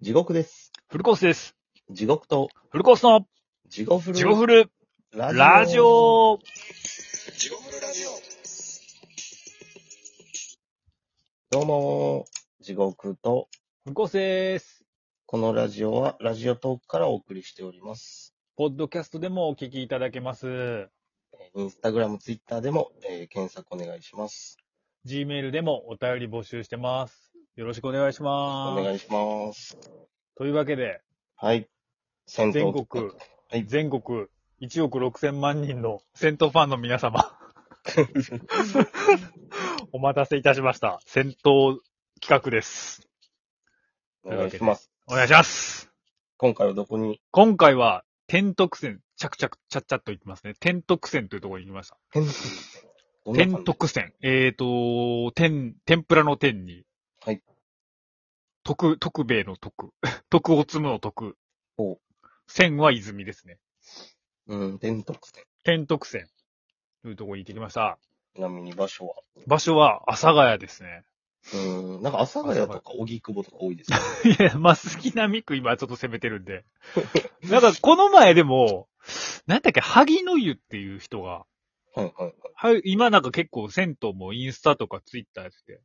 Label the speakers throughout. Speaker 1: 地獄です。
Speaker 2: フルコースです。
Speaker 1: 地獄と、
Speaker 2: フルコースの
Speaker 1: 地獄フル
Speaker 2: ジゴフル
Speaker 1: ラ
Speaker 2: ラジオ
Speaker 1: どうもー、地獄と、
Speaker 2: フルコースです。
Speaker 1: このラジオは、ラジオトークからお送りしております。
Speaker 2: ポッドキャストでもお聞きいただけます。
Speaker 1: えーインスタグラム、ツイッターでも、えー検索お願いします。
Speaker 2: Gmail でもお便り募集してます。よろしくお願いし
Speaker 1: お
Speaker 2: ます。
Speaker 1: 願いします。
Speaker 2: というわけで、
Speaker 1: はい。戦闘
Speaker 2: 全国、
Speaker 1: はい
Speaker 2: 全国1億6千万人の戦闘ファンの皆 様。お待たせいたしました。戦闘企画です。
Speaker 1: お願いします。
Speaker 2: お願いします。
Speaker 1: 今回はどこに、
Speaker 2: 今回は、天徳線、ちゃくちゃくちゃっちゃっと言ってますね。天徳線というところに行きました。
Speaker 1: 天徳。どんな感じ
Speaker 2: 天。徳線。えっ、と、天、天ぷらの天に。
Speaker 1: はい。
Speaker 2: 徳、徳兵衛の徳。 徳を積むの徳。
Speaker 1: ほう
Speaker 2: 線は泉ですね。
Speaker 1: うん、天徳線。
Speaker 2: 天徳線。というところに行ってきました。
Speaker 1: ちなみに場所は。
Speaker 2: 場所は、阿佐ヶ谷ですね。
Speaker 1: うん、なんか、阿佐ヶ谷とか、荻窪とか多いですね。
Speaker 2: いや、まあ、杉並区今ちょっと攻めてる んで。なんか、この前でも、なんだっけ、萩の湯っていう人が、
Speaker 1: はいはいはい。
Speaker 2: はい、今なんか結構銭湯もインスタとかツイッターやってて、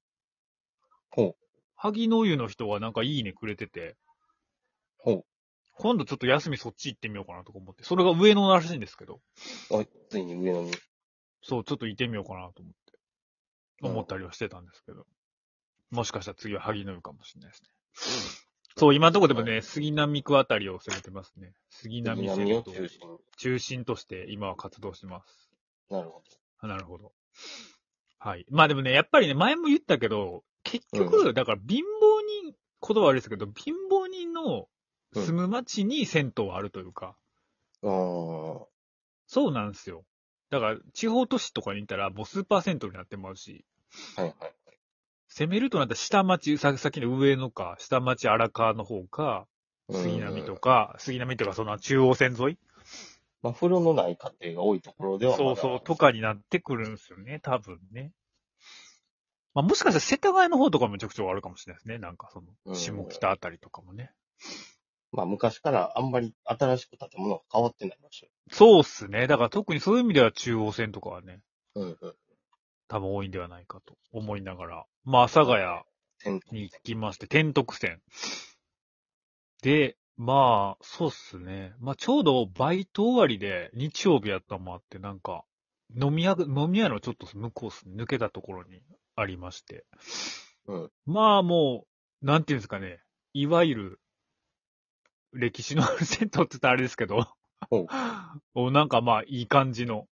Speaker 1: ほう、
Speaker 2: 萩の湯の人がなんかいいねくれてて、
Speaker 1: ほう。
Speaker 2: 今度ちょっと休みそっち行ってみようかなとか思って、それが上野らしいんですけど、
Speaker 1: あ、ついに上野に。
Speaker 2: そう、ちょっと行ってみようかなと思って、
Speaker 1: うん
Speaker 2: 思ったりはしてたんですけど、もしかしたら次は萩の湯かもしれないですね。そう、今のところでもね、杉並区あたりを攻めてますね。杉並
Speaker 1: 南
Speaker 2: 線
Speaker 1: を
Speaker 2: を
Speaker 1: 中心に。
Speaker 2: 中心として今は活動してます。
Speaker 1: なるほ
Speaker 2: なるほど。はい。まあでもね、やっぱりね、前も言ったけど、結局、だから貧乏人、言葉悪いですけど、貧乏人の住む町に銭湯はあるというか、
Speaker 1: ど。ああ。
Speaker 2: そうなんですよ。だから、地方都市とかにいたら、もうスーパー銭湯になってもらうし、
Speaker 1: はいはい。
Speaker 2: 攻めるとなったら下町、ささっきの上野か、下町荒川の方か、杉並と
Speaker 1: うん。
Speaker 2: か、杉並とかその中央線沿い
Speaker 1: まあ、風呂のない家庭が多いところではまだ
Speaker 2: そうそう、とかになってくるんですよね、多分ね。まあ、もしかしたら世田谷の方とかもめちゃくちゃあるかもしれないですね。なんかそ
Speaker 1: うん
Speaker 2: の、下北あたりとかもね。
Speaker 1: まあ、昔からあんまり新しく建物が変わってない場所。
Speaker 2: そうっすね。だから特にそういう意味では中央線とかはね、
Speaker 1: うんうん。
Speaker 2: 多分多いんではないかと思いながら。まあ、阿佐ヶ谷
Speaker 1: 天
Speaker 2: に行きまして、天徳線。で、まあ、そうっすね。まあ、ちょうどバイト終わりで日曜日やったのもあって、なんか、飲み屋、飲み屋のちょっと向こうっすね抜けたところにありまして。
Speaker 1: うん
Speaker 2: まあ、もう、なんていうんですかね。いわゆる、歴史のある銭湯って言ったらあれですけど
Speaker 1: ほう。
Speaker 2: おなんかまあ、いい感じの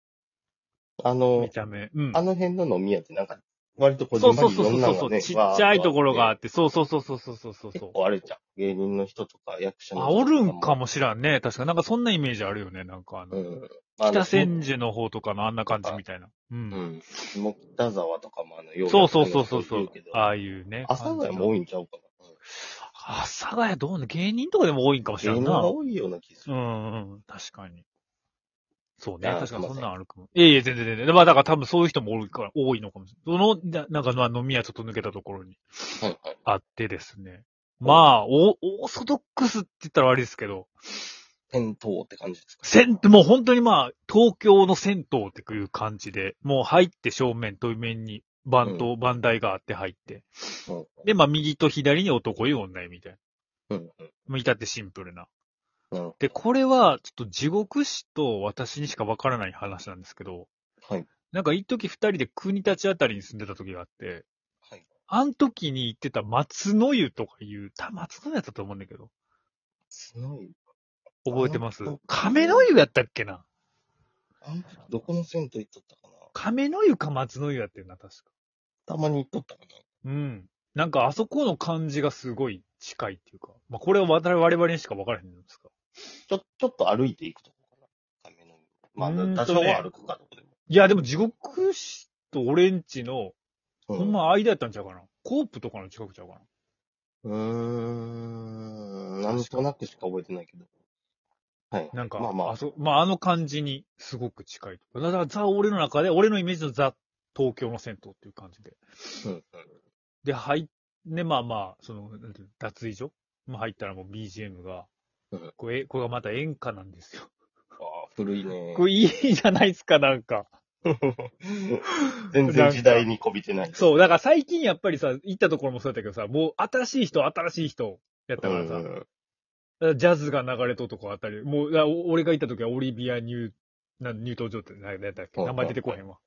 Speaker 1: あの
Speaker 2: 見、た目。うん。
Speaker 1: あの辺の飲み屋ってなんか、割とこう、
Speaker 2: そうそうそう
Speaker 1: いろんな
Speaker 2: そう
Speaker 1: の
Speaker 2: そ
Speaker 1: が
Speaker 2: う。
Speaker 1: ね
Speaker 2: ちっちゃいところがあ
Speaker 1: わーっ
Speaker 2: って、そうそうそうそうそうそうそう
Speaker 1: て。結構あれじゃん。芸人の人とか役者の
Speaker 2: あ、
Speaker 1: 人
Speaker 2: お
Speaker 1: とか
Speaker 2: るんか。もしらんね。確か、なんかそんなイメージあるよね。なんかあの、
Speaker 1: うん。あの
Speaker 2: 北千住の方とかのあんな感じみたいな。う。
Speaker 1: うんん。下北沢とかもあの、よ
Speaker 2: そうそうそうそう。そ
Speaker 1: 言
Speaker 2: う
Speaker 1: けど
Speaker 2: ああいうね。
Speaker 1: 阿佐ヶ谷も多いんちゃうかな。うん
Speaker 2: 阿佐ヶ谷どうね、芸人とかでも多いんかもしら
Speaker 1: 芸
Speaker 2: ん
Speaker 1: 人
Speaker 2: な
Speaker 1: が。多いような気す
Speaker 2: う
Speaker 1: る。
Speaker 2: んうん。確かに。そうね。
Speaker 1: いや
Speaker 2: 確かに
Speaker 1: すいま
Speaker 2: そ
Speaker 1: せん
Speaker 2: んなんあるかも。いえいえ、全然全然。まあだから多分そういう人も多いから、多いのかもしれない。その、ななんかまあ飲み屋ちょっと抜けたところに
Speaker 1: はいはい。
Speaker 2: あってですね。まあ、お、オーソドックスって言ったら悪いですけど、
Speaker 1: 店頭って感じですか。
Speaker 2: 銭湯、もう本当にまあ、東京の銭湯っていう感じで、もう入って正面、対面に、番頭、番台があって入って。
Speaker 1: うん
Speaker 2: で、まあ、右と左に男湯、女湯みたいな。
Speaker 1: うんうん。
Speaker 2: もう至ってシンプルな。
Speaker 1: なるほ
Speaker 2: で、これは、ちょっと地獄師と私にしかわからない話なんですけど、
Speaker 1: ど。はい。
Speaker 2: なんか一時二人で国立あたりに住んでた時があって、
Speaker 1: はい。
Speaker 2: あの時に行ってた松の湯とかいう、た、松の湯だったと思うんだけど、
Speaker 1: すごい。
Speaker 2: 覚えてます
Speaker 1: あの時
Speaker 2: 亀の湯やったっけな
Speaker 1: あんどこの銭湯行っとったかな
Speaker 2: 亀の湯か松の湯やってるな、確か。
Speaker 1: たまに行っとったか
Speaker 2: うん。なんかあそこの感じがすごい近いっていうか。まあこれは我々我々にしか分からへんんですか。
Speaker 1: なちょ、ちょっと歩いていくとこかな亀の湯。
Speaker 2: うーんとね
Speaker 1: まあ、多少は歩くかとでも。
Speaker 2: いや、でも地獄市とオレンジの、
Speaker 1: う
Speaker 2: ほんま間やったんちゃうかな。コープとかの近くちゃうかな。
Speaker 1: うーん。なんとなくしか覚えてないけど。はい。
Speaker 2: なんか、
Speaker 1: まあまあ
Speaker 2: あ、そまああの感じにすごく近いとか。だからザ、俺の中で、俺のイメージのザ、東京の銭湯っていう感じで。
Speaker 1: うんうん。
Speaker 2: で、入っ、ね、まあまあ、その、なんていうの脱衣所まあ入ったらもう BGM が
Speaker 1: うん、
Speaker 2: これ、えこれがまた演歌なんですよ。
Speaker 1: ああ、古いね。
Speaker 2: これいいじゃないですか、なんか。
Speaker 1: 全然時代にこびてない。
Speaker 2: そう、だから最近やっぱりさ、行ったところもそうだったけどさ、もう新しい人、新しい人やったからさ、
Speaker 1: うんうん
Speaker 2: ジャズが流れととかあったり、もう、だお俺が行った時はオリビア・ニュー、な入登場って何やったっ
Speaker 1: う
Speaker 2: け
Speaker 1: んうん
Speaker 2: 名前出てこへんわ。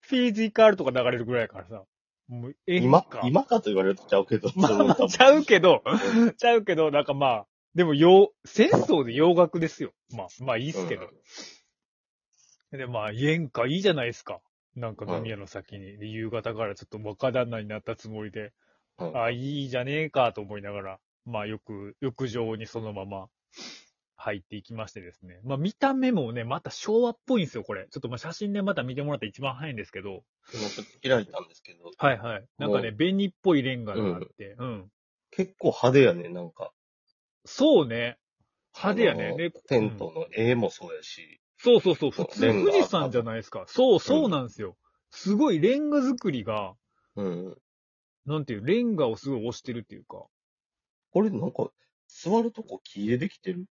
Speaker 2: フィジカルとか流れるぐらいやからさ、もう、え
Speaker 1: 今か、今かと言われるとちゃうけ ど、
Speaker 2: まあまあ、ちゃうけど、ちゃうけど、なんかまあ、でも洋、戦争で洋楽ですよ。まあ、まあいいっすけど。で、まあ、演歌いいじゃないですか。なんか飲み屋の先に。で夕方からちょっと若旦那になったつもりで、
Speaker 1: うん
Speaker 2: あ、いいじゃねえかと思いながら、まあよく、浴場にそのまま入っていきましてですね。まあ見た目もね、また昭和っぽいんですよ、これ。ちょっとまあ写真でまた見てもらったら一番早いんですけど。
Speaker 1: 今ちょっと開いたんですけど、
Speaker 2: はいはい。なんかね、
Speaker 1: も
Speaker 2: 紅っぽいレンガがあって。うん。
Speaker 1: 結構派手やね、なんか。
Speaker 2: そうね。派手やね。
Speaker 1: あの
Speaker 2: ね
Speaker 1: テントの絵もそうやし、
Speaker 2: そうそうそう。
Speaker 1: そ
Speaker 2: 普
Speaker 1: う
Speaker 2: 通
Speaker 1: レンガ
Speaker 2: 富士山じゃないですか。そうそうなんですよ。すごいレンガ作りが、
Speaker 1: うん。
Speaker 2: なんていう、レンガをすごい押してるっていうか。
Speaker 1: これなんか、座るとこ木でできてる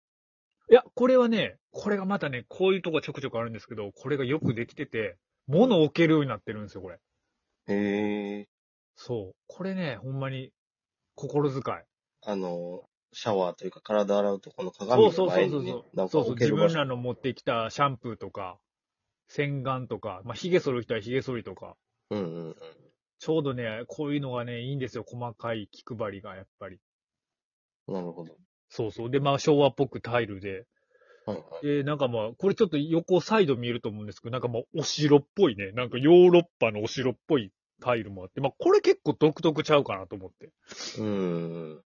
Speaker 2: いや、これはね、これがまたね、こういうとこちょくちょくあるんですけど、これがよくできてて、物を置けるようになってるんですよ、これ。
Speaker 1: へえ。
Speaker 2: そう。これね、ほんまに、心遣い。
Speaker 1: あの、シャワーというか体洗うとこの鏡
Speaker 2: そ
Speaker 1: の
Speaker 2: うそうそ
Speaker 1: 前
Speaker 2: うそ
Speaker 1: に
Speaker 2: う
Speaker 1: ね、
Speaker 2: そ
Speaker 1: な
Speaker 2: う。
Speaker 1: んか
Speaker 2: そうそう。
Speaker 1: 置け
Speaker 2: 自
Speaker 1: る場
Speaker 2: 分ら
Speaker 1: 所。
Speaker 2: の持ってきたシャンプーとか、洗顔とか、まあ、髭剃る人は髭剃りとか、
Speaker 1: うんうんうん。
Speaker 2: ちょうどね、こういうのがね、いいんですよ。細かい気配りが、やっぱり。
Speaker 1: なるほど。
Speaker 2: そうそう。で、まあ、昭和っぽくタイルで。
Speaker 1: はいはい。
Speaker 2: で、なんかまあ、これちょっと横サイド見えると思うんですけど、なんかまあ、お城っぽいね。なんかヨーロッパのお城っぽいタイルもあって、まあ、これ結構独特ちゃうかなと思って。
Speaker 1: うん。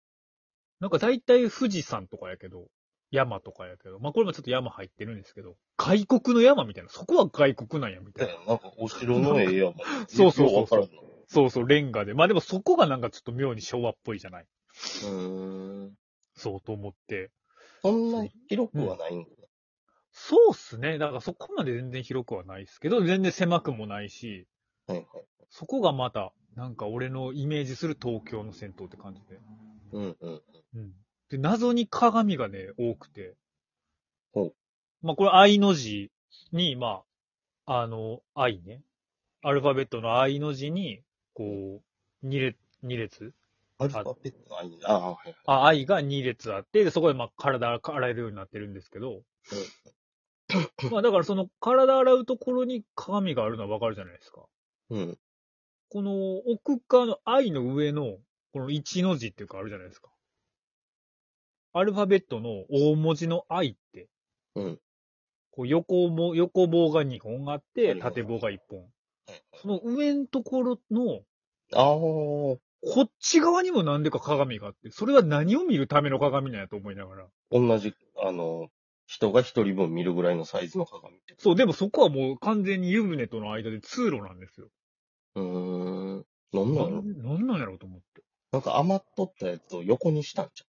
Speaker 2: なんか大体富士山とかやけど、山とかやけど、まあ、これもちょっと山入ってるんですけど、外国の山みたいな、そこは外国なんや、みた
Speaker 1: だ
Speaker 2: いな。
Speaker 1: よなんかお城の絵 やもん。
Speaker 2: そうそうそう
Speaker 1: よわからんの
Speaker 2: そうそう、レンガで。まあ、でもそこがなんかちょっと妙に昭和っぽいじゃない。
Speaker 1: うん。
Speaker 2: そうと思って。
Speaker 1: そんな広くはないんだ。
Speaker 2: そうっすね。だからそこまで全然広くはないですけど、全然狭くもないし、
Speaker 1: はいはい。
Speaker 2: そこがまた、なんか俺のイメージする東京の銭湯って感じで。
Speaker 1: うんうん。
Speaker 2: うん。で、謎に鏡がね、多くて。
Speaker 1: ほう
Speaker 2: まあこれ、愛の字に、まあ、あの、愛ね。アルファベットの愛の字に、こう、二列、二列
Speaker 1: アルファベットの愛ああ、はいはい。
Speaker 2: あ、愛が2列あって、でそこでまあ体洗えるようになってるんですけど、まあだからその体洗うところに鏡があるのはわかるじゃないですか。
Speaker 1: うん。
Speaker 2: この奥側の愛の上の、この1の字っていうかあるじゃないですか。アルファベットの大文字の愛って、
Speaker 1: うん。
Speaker 2: こう横も、横棒が2本あって、
Speaker 1: うん
Speaker 2: 縦棒が1本
Speaker 1: はい。
Speaker 2: その上のところの、
Speaker 1: ああ、
Speaker 2: こっち側にもなんでか鏡があって、それは何を見るための鏡なんやと思いながら。
Speaker 1: 同じ、あの、人が一人分見るぐらいのサイズの鏡って。
Speaker 2: そう、でもそこはもう完全に湯船との間で通路なんですよ。
Speaker 1: うーん。なんな
Speaker 2: なん
Speaker 1: の
Speaker 2: なんなんやろうと思って。
Speaker 1: なんか余っとったやつを横にしたんちゃう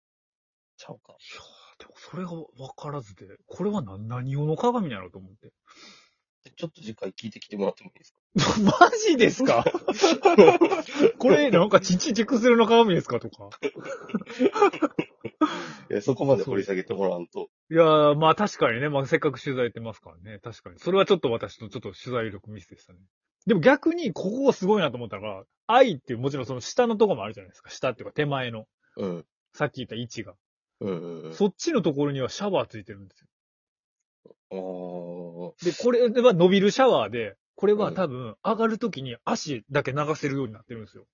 Speaker 1: ちゃうか。
Speaker 2: いやーでもそれが分からずで、これは何何用の鏡なのと思って。
Speaker 1: ちょっと次回聞いてきてもらってもいいですか
Speaker 2: マジで すか これなんかちっち熟成の鏡ですかとか。
Speaker 1: いや、そこまで掘り下げてもらうと。
Speaker 2: いやー、まあ確かにね、まあせっかく取材やってますからね。確かに。それはちょっと私のちょっと取材力ミスでしたね。でも逆にここがすごいなと思ったのが、愛っていうもちろんその下のとこもあるじゃないですか。下っていうか手前の。
Speaker 1: うん。
Speaker 2: さっき言った位置が。
Speaker 1: うんうんうん。
Speaker 2: そっちのところにはシャワーついてるんですよ
Speaker 1: あー
Speaker 2: で、これは伸びるシャワーで、これは多分上がるときに足だけ流せるようになってるんですよ。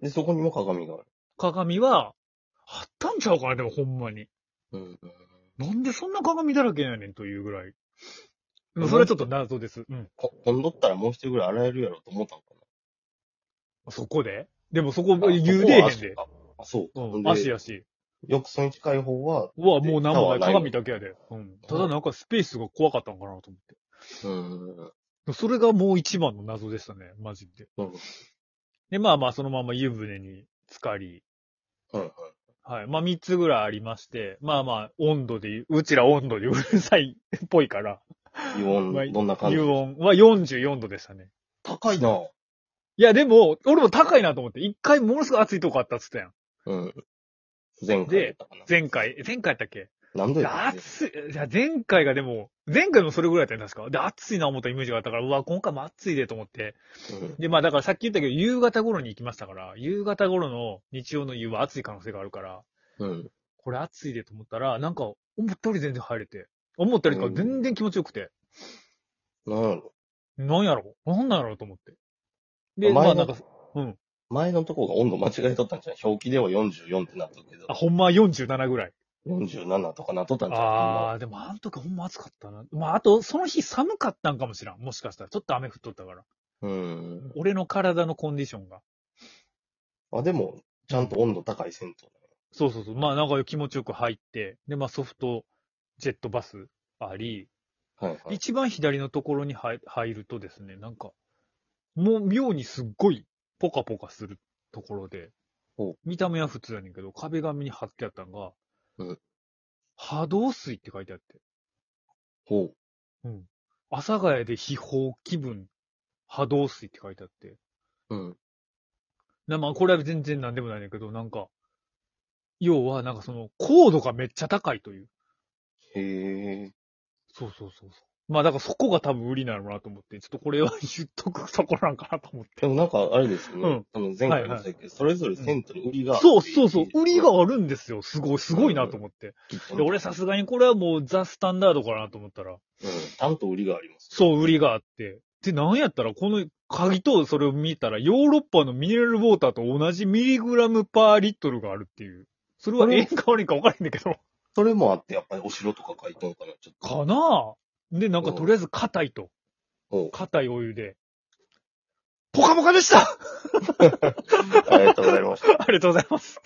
Speaker 1: で、そこにも鏡がある。
Speaker 2: 鏡は、あったんちゃうかな、でもほんまに。
Speaker 1: うん
Speaker 2: なんでそんな鏡だらけやねんというぐらい。でもそれはちょっと謎です。うん。
Speaker 1: こ、今度ったらもう一人ぐらい洗えるやろと思ったんか
Speaker 2: そこででもそこ
Speaker 1: な。あ
Speaker 2: 言うでえへん
Speaker 1: そ
Speaker 2: で
Speaker 1: こ。は足かあ、そう。
Speaker 2: う
Speaker 1: ほん
Speaker 2: ん、
Speaker 1: で
Speaker 2: 足やし。
Speaker 1: 浴槽に近い方は、
Speaker 2: うわ、もう何もない。
Speaker 1: シャワーない
Speaker 2: 鏡だけやで。うん。ただなんかスペースが怖かったんかなと思って。
Speaker 1: うん。なる
Speaker 2: それがもう一番の謎でしたね、マジで。
Speaker 1: ほど。
Speaker 2: で、まあまあそのまま湯船に浸かり、
Speaker 1: はいはい。
Speaker 2: はい。まあ、三つぐらいありまして、まあまあ、温度で言う、うちら温度でうるさい っぽいから、
Speaker 1: 油
Speaker 2: まあ
Speaker 1: 温、どんな感じ
Speaker 2: 湯温は44度でしたね。
Speaker 1: 高いない
Speaker 2: や、でも、俺も高いなと思って、一回ものすごい暑いとこあったっつったやん。
Speaker 1: うん。前回だったかな。
Speaker 2: 前回、前回やったっけ
Speaker 1: なんで
Speaker 2: で
Speaker 1: だよ
Speaker 2: 暑い、いや、前回がでも、前回もそれぐらいだったよ、確か。で、暑いな思ったイメージがあったから、うわ、今回も暑いでと思って。
Speaker 1: うん
Speaker 2: で、まあだからさっき言ったけど、夕方頃に行きましたから、夕方頃の日曜の湯は暑い可能性があるから、
Speaker 1: うん。
Speaker 2: これ暑いでと思ったら、なんか、思ったより全然入れて。思ったよりか、
Speaker 1: うん
Speaker 2: 全然気持ちよくて。
Speaker 1: なんやろ
Speaker 2: なんやろなんなんやろと思って。で、
Speaker 1: お前
Speaker 2: まあ
Speaker 1: の
Speaker 2: なんか、うん。
Speaker 1: 前のとこが温度間違えとったんじゃん。表記では44ってなっとるけど
Speaker 2: あ、、ほんまは47ぐらい。
Speaker 1: 47とかなっとったんじゃん。
Speaker 2: ああ、でもあの時ほんま暑かったな。まああと、その日寒かったんかもしらん。もしかしたら。ちょっと雨降っとったから。
Speaker 1: うん。
Speaker 2: 俺の体のコンディションが。
Speaker 1: あ、でも、ちゃんと温度高い銭湯。
Speaker 2: そうそうそう。まあなんか気持ちよく入って、で、まあソフト、ジェットバスあり、
Speaker 1: はいはい。
Speaker 2: 一番左のところに入入るとですね、なんか、もう妙にすっごいポカポカするところで
Speaker 1: ほう、
Speaker 2: 見た目は普通やねんけど、壁紙に貼ってあったんが、
Speaker 1: うん
Speaker 2: 波動水って書いてあって、
Speaker 1: ほう。
Speaker 2: うん。阿佐ヶ谷で秘宝気分、波動水って書いてあって、
Speaker 1: うん。
Speaker 2: なまあこれは全然なんでもないねんけど、なんか、要はなんかその、高度がめっちゃ高いという。
Speaker 1: へえ。
Speaker 2: そうそうそうそう。まあだからそこが多分売りなのなと思って、ちょっとこれは言っとくところなんかなと思って。
Speaker 1: でもなんか、あれですよね。
Speaker 2: うん
Speaker 1: 多分前回もそうやけど、それぞれ銭湯に売りがある
Speaker 2: そうそうそう、売りがあるんですよ。すごい、すごいなと思って。
Speaker 1: きっとね
Speaker 2: で、俺さすがにこれはもうザ・スタンダードかなと思ったら、
Speaker 1: うん。ちゃんと売りがあります。
Speaker 2: そう、売りがあって。で、なんやったらこの鍵とそれを見たら、ヨーロッパのミネラルウォーターと同じミリグラムパーリットルがあるっていう。それはええか悪いんか分からへんねんけど。
Speaker 1: それもあって、やっぱりお城とか書いてんのかな、ちょっと。
Speaker 2: かなぁで、なんかとりあえず硬いと。
Speaker 1: ほう。
Speaker 2: 硬いお湯で。ポカポカでした
Speaker 1: ありがとうございました。
Speaker 2: ありがとうございます。